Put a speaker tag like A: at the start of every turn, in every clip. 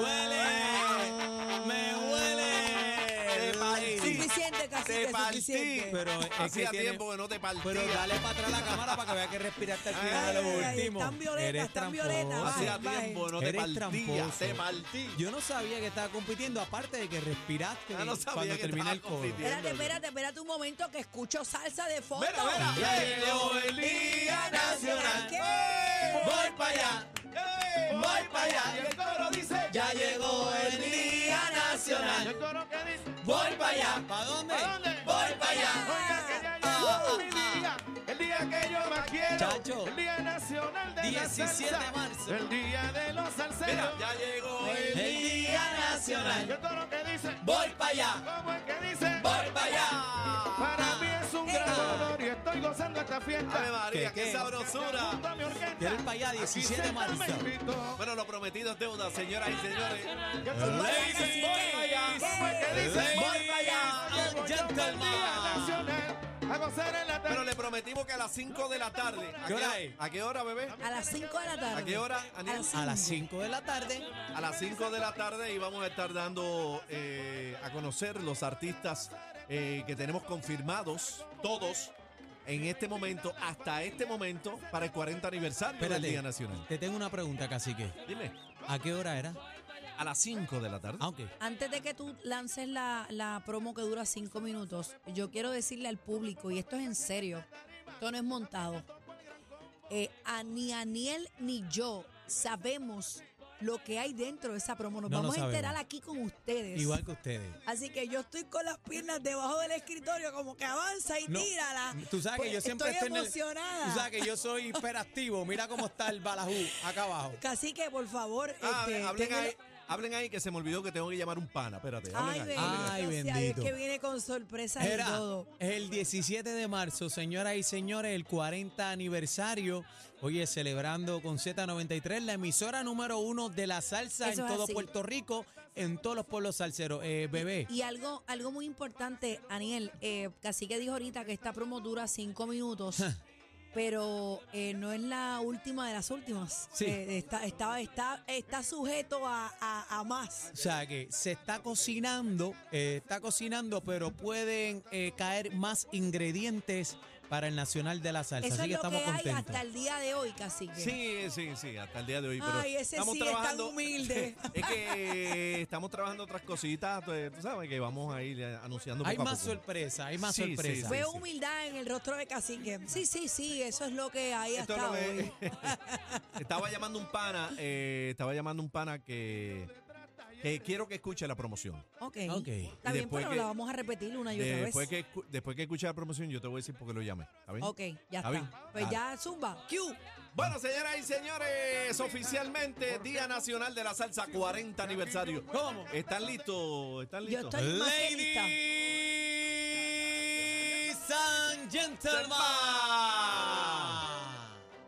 A: ¡Huele! ¡Me huele!
B: Te partí.
C: Suficiente, casi
B: Te
C: que
B: partí.
C: suficiente.
A: Pero es que
B: Hacía
A: tiene-
B: tiempo que no te partía.
A: Pero dale para atrás la cámara para que vea que respiraste al final de lo
C: Ay, ay,
A: último.
C: están violetas,
A: Eres
C: están
A: tramposo.
C: violetas, baje,
B: Hacía
C: baje.
B: tiempo no te
A: Eres
B: partía.
A: tramposo.
B: Te partí.
A: Yo no sabía que estaba compitiendo, aparte de que respiraste
B: Ah, no sabía
A: cuando
B: que
A: termina
B: estaba
A: el coro.
B: compitiendo.
C: Espérate, espérate, espérate un momento que escucho salsa de fondo.
B: Mira, mira. Llegó el Día Nacional.
C: ¿Qué?
B: ¡Ey! Voy para allá. ¡Ey! Voy para allá. Y el coro dice. Ya llegó el Día Nacional.
D: Yo coro que dice,
B: Voy para allá.
A: ¿Para dónde?
D: ¿a dónde?
B: Voy para allá. Ah.
D: Oiga, que ya llegó mi
A: Ah,
D: día, el día que yo más quiero,
A: Chacho.
D: el día nacional de
A: 17
D: la
A: de
D: salsa,
A: marzo.
D: el día de los salseros.
B: Mira, ya llegó el
A: El Día
D: Yo
A: Nacional.
D: coro que dice,
B: Voy para allá.
D: ¿cómo es que dice?
B: Voy para allá.
D: Para mí es
A: Ah,
D: un gran
C: Ea.
D: honor y estoy gozando esta fiesta.
B: Ave María,
A: ¿Qué,
B: qué
A: qué?
B: sabrosura.
D: Junto a mi orquesta,
A: Quiero ir para allá,
D: aquí
A: 17 de
D: César me
A: marzo.
D: invitó.
B: Bueno, lo prometido es deuda, señoras y señores.
D: Yo coro que
B: Ladies, voy
D: dice, voy
B: para allá.
D: ¿Cómo es que dice?
B: Ladies,
D: Voy
B: voy para allá.
D: Llegó yo para el día
B: Gentleman.
D: nacional, a gozar en la
B: Pero
D: tarde.
B: le prometimos que a las 5 de la tarde. ¿A
A: ¿Qué hora
B: hora-
A: es?
B: ¿A qué hora, bebé?
C: A las 5 de la tarde.
B: ¿A qué hora, Aniel?
C: A las
A: A las 5 de la tarde.
B: A las 5 de la tarde íbamos a estar dando eh, a conocer los artistas eh, que tenemos confirmados, todos, en este momento, hasta este momento, para el 40 aniversario del Día Nacional.
A: Te tengo una pregunta, cacique.
B: Dime, Ah,
A: ¿A qué hora era?
B: a las 5 de la tarde.
A: Aunque.
C: Antes de que tú lances la, la promo que dura cinco minutos, yo quiero decirle al público, y esto es en serio, esto no es montado, eh, a- ni Aniel ni yo sabemos lo que hay dentro de esa promo. Nos
A: No, no
C: vamos a
A: sabemos.
C: enterar aquí con ustedes.
A: Igual que ustedes.
C: Así que yo estoy con las piernas debajo del escritorio, como que avanza y
A: No,
C: tírala.
A: Tú sabes que
C: Pues
A: yo siempre
C: estoy
A: estoy en el-
C: emocionada.
A: Tú sabes que yo soy hiperactivo. Mira cómo está el balajú acá abajo.
C: Así que, por favor,
B: Ah,
C: este,
B: hablen,
C: tengo-
B: ahí, hablen ahí que se me olvidó que tengo que llamar un pana. Espérate,
C: Ay,
B: hablen ahí. hablen ahí.
A: Ay,
C: bendito. sea,
A: bendito.
C: Es que viene con sorpresas
A: Era,
C: y todo.
A: es el 17 de marzo, señoras y señores, el 40 aniversario. Oye, celebrando con Z93, la emisora número uno de la salsa
C: Eso
A: en
C: es
A: todo
C: así.
A: Puerto Rico, en todos los pueblos salseros. Eh, bebé,
C: Y algo, algo muy importante, Aniel, eh, Cacique dijo ahorita que esta promo dura cinco minutos, pero eh, no es la última de las últimas.
A: Sí.
C: Eh, está, está, está, está sujeto a, a- a más.
A: o sea que se está cocinando, eh, está cocinando, pero pueden eh, caer más ingredientes para el Nacional de la Salsa.
C: Eso
A: Así
C: es
A: que
C: lo que
A: estamos
C: hay
A: contentos.
C: hasta el día de hoy, Cacique.
B: Sí, sí, sí, hasta el día de hoy. Pero
C: Ay, ese
B: estamos
C: sí es
B: trabajando.
C: tan humilde.
B: Es que estamos trabajando otras cositas, pues, tú sabes que vamos a ir eh, anunciando poco
A: Hay
B: a
A: más
B: poco.
A: sorpresa, hay más
B: Sí, sí,
A: sorpresa.
B: sí.
C: Veo humildad en el rostro de Cacique. Sí, sí, sí, eso es lo que hay
B: Esto
C: hasta
B: no es-
C: hoy.
B: estaba llamando un pana, eh, estaba llamando un pana que, que quiero que escuche la promoción.
C: Ok.
B: Y
C: Está
A: Ok.
C: bien,
B: después
C: pero
B: que-
C: la vamos a repetir una y otra
B: Después
C: vez.
B: que, escu- después que escuche la promoción, yo te voy a decir por qué lo llamé. ¿Está bien?
C: Ok, ya
B: ¿Está
C: está.
B: bien?
C: Pues
B: Dale.
C: ya, zumba. Q.
B: Bueno, señoras y señores, oficialmente Día Nacional de la Salsa 40 aniversario.
A: ¿Cómo?
B: ¿Están listos? ¿Están
C: Yo
B: listos?
C: estoy más que lista.
A: Ladies and gentlemen.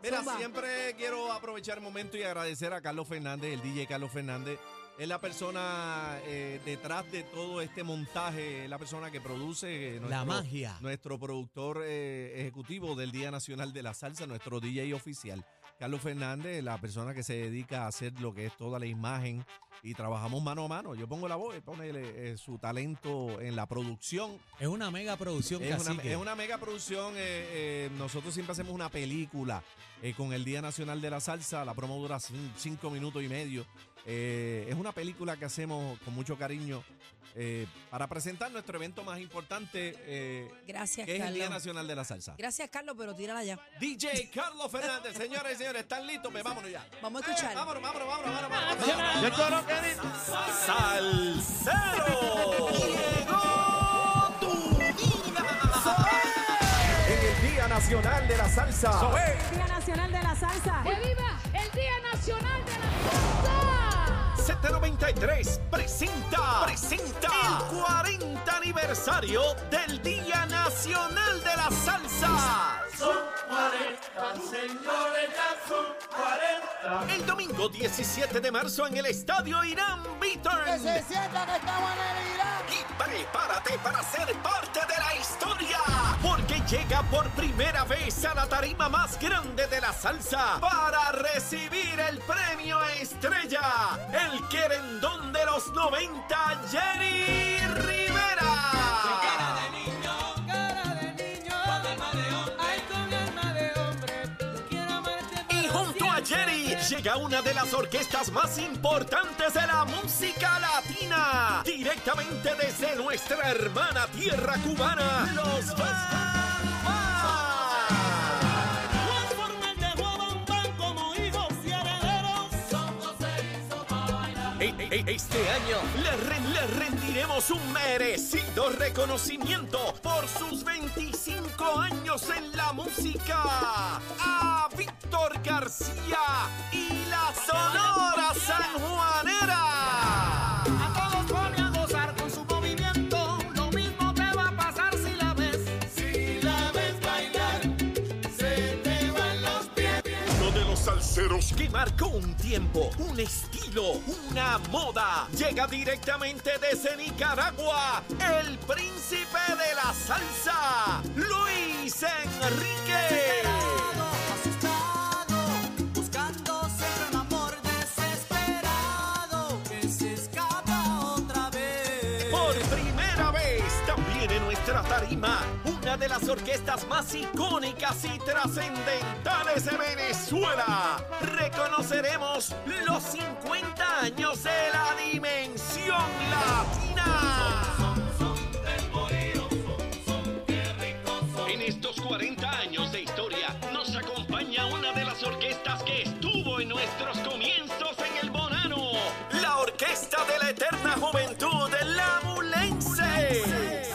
B: Mira,
C: Zumba.
B: siempre quiero aprovechar el momento y agradecer a Carlos Fernández, el DJ Carlos Fernández. Es la persona eh, detrás de todo este montaje, es la persona que produce eh, nuestro,
A: La magia.
B: nuestro productor eh, ejecutivo del Día Nacional de la Salsa, nuestro DJ oficial. Carlos Fernández, la persona que se dedica a hacer lo que es toda la imagen y trabajamos mano a mano. Yo pongo la voz, él pone eh, su talento en la producción
A: Es una mega producción,
B: es una,
A: cacique.
B: es una mega producción. eh, eh, nosotros siempre hacemos una película eh, con el Día Nacional de la Salsa. La promo dura cin- cinco minutos y medio. Eh, es una película que hacemos con mucho cariño eh, para presentar nuestro evento más importante, eh,
C: Gracias,
B: que es el Día
C: Carlos.
B: Nacional de la Salsa.
C: Gracias, Carlos, pero tírala ya.
B: DJ Carlos Fernández, señores y señores, ¿están listos? Pues vámonos ya.
C: Vamos a escuchar.
B: Eh, vámonos, vámonos, vámonos, vámonos, vámonos, vámonos.
D: Yo coro que dice,
E: en el Día Nacional de la Salsa.
F: Día Nacional de la Salsa.
G: ¡Que viva el Día Nacional de la Salsa!
B: 93 presenta, presenta el 40 aniversario del Día Nacional de la Salsa. El domingo 17 de marzo en el Estadio Irán Beaton.
H: sienta que estamos en el Irán.
B: Y prepárate para ser parte de la historia, porque llega por primera vez a la tarima más grande de la salsa para recibir el premio estrella, el querendón de los 90, Jerry Rivera. Y junto a Jerry llega una de las orquestas más importantes de la música latina, directamente desde nuestra hermana tierra cubana, los Bambas. E- e- Este año le, ren- le rendiremos un merecido reconocimiento por sus 25 años en la música a Víctor García y la Sonora Sanjuanera.
H: A todos pone a gozar con su movimiento. Lo mismo te va a pasar si la ves.
B: Uno de los salseros que marcó un tiempo, un estilo, una moda. Llega directamente desde Nicaragua, el príncipe de la salsa, Luis Enrique.
H: Asustado, buscando siempre un amor desesperado. Que se escapa otra vez.
B: Por primera vez también en nuestra tarima, una de las orquestas más icónicas y trascendentales de Venezuela. Reconoceremos los 50 años de la dimensión latina. En estos 40 años de historia nos acompaña una de las orquestas que estuvo en nuestros comienzos en el Bonano. La Orquesta de la Eterna Juventud, la Mulense.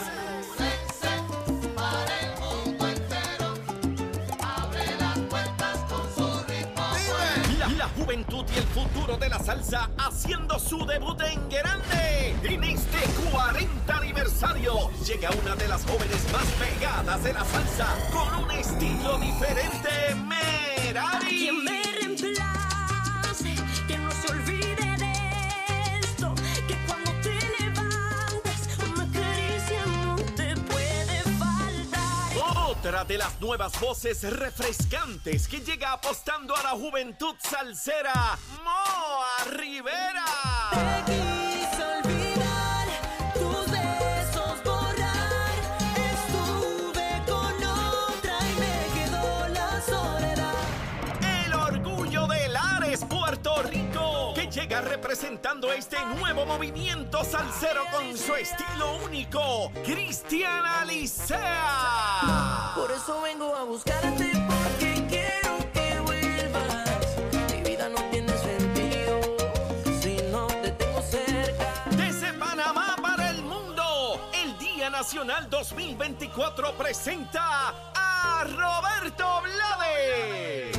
B: La, la juventud y el futuro de la salsa haciendo su debut en grande. En este 40 aniversario llega una de las jóvenes más pegadas de la salsa con un estilo diferente, Merari.
H: Quien me reemplace, que no se olvide de esto, que cuando te levantes una caricia no te puede faltar.
B: Otra de las nuevas voces refrescantes que llega apostando a la juventud salsera, Moa Rivera.
H: Te quise olvidar, tus besos borrar, estuve con otra y me quedó la soledad.
B: El orgullo de Lares, Puerto Rico, que llega representando este nuevo movimiento salsero con su estilo único, Cristiana Licea.
H: Por eso vengo a buscarte porque quiero que vuelvas. Mi vida no tiene sentido si no te tengo cerca.
B: Desde Panamá para el mundo, el Día Nacional 2024 presenta a Roberto Blades.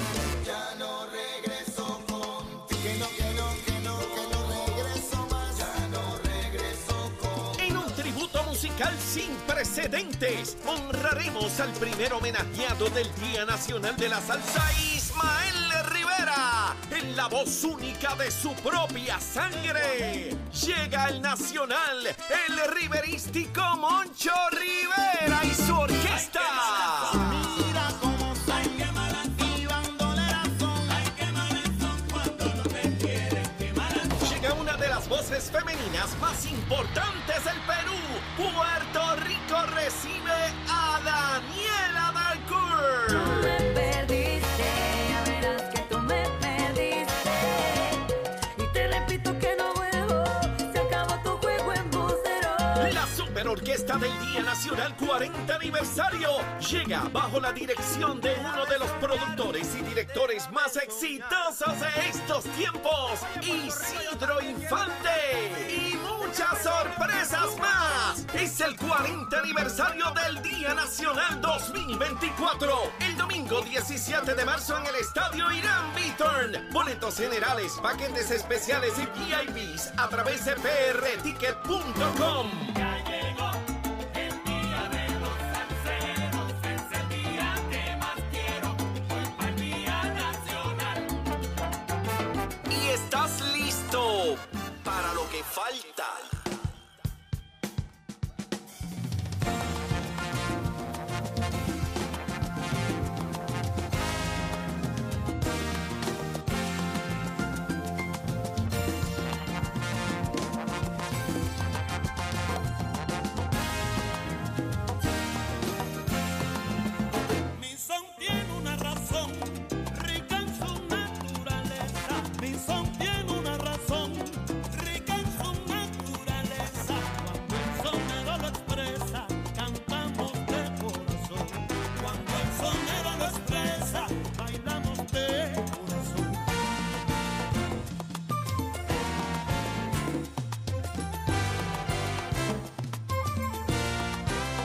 B: En un tributo musical sin precedentes, honraremos al primer homenajeado del Día Nacional de la Salsa, Ismael Rivera, en la voz única de su propia sangre. Llega el Nacional, el riverístico Moncho Rivera y su orquesta.
H: Mira cómo soy, qué mala y bandolera son. Ay, qué malas son cuando no me quieren, qué malas
B: Llega una de las voces femeninas más importantes del Perú. Puerto Rico recibe a Daniela Darcourt.
H: me perdiste, ya verás que tú me perdiste. Y te repito que no vuelvo, se acabó tu juego en bucero.
B: La superorquesta del Día Nacional 40 aniversario llega bajo la dirección de uno de los productores y directores más exitosos de estos tiempos, Isidro Infante. Y muchas sorpresas más. Es el 40 aniversario del Día Nacional 2024. El domingo 17 de marzo en el Estadio Irán Bittern. Boletos generales, paquetes especiales y VIPs a través de prticket.com. y estás listo para lo que falta.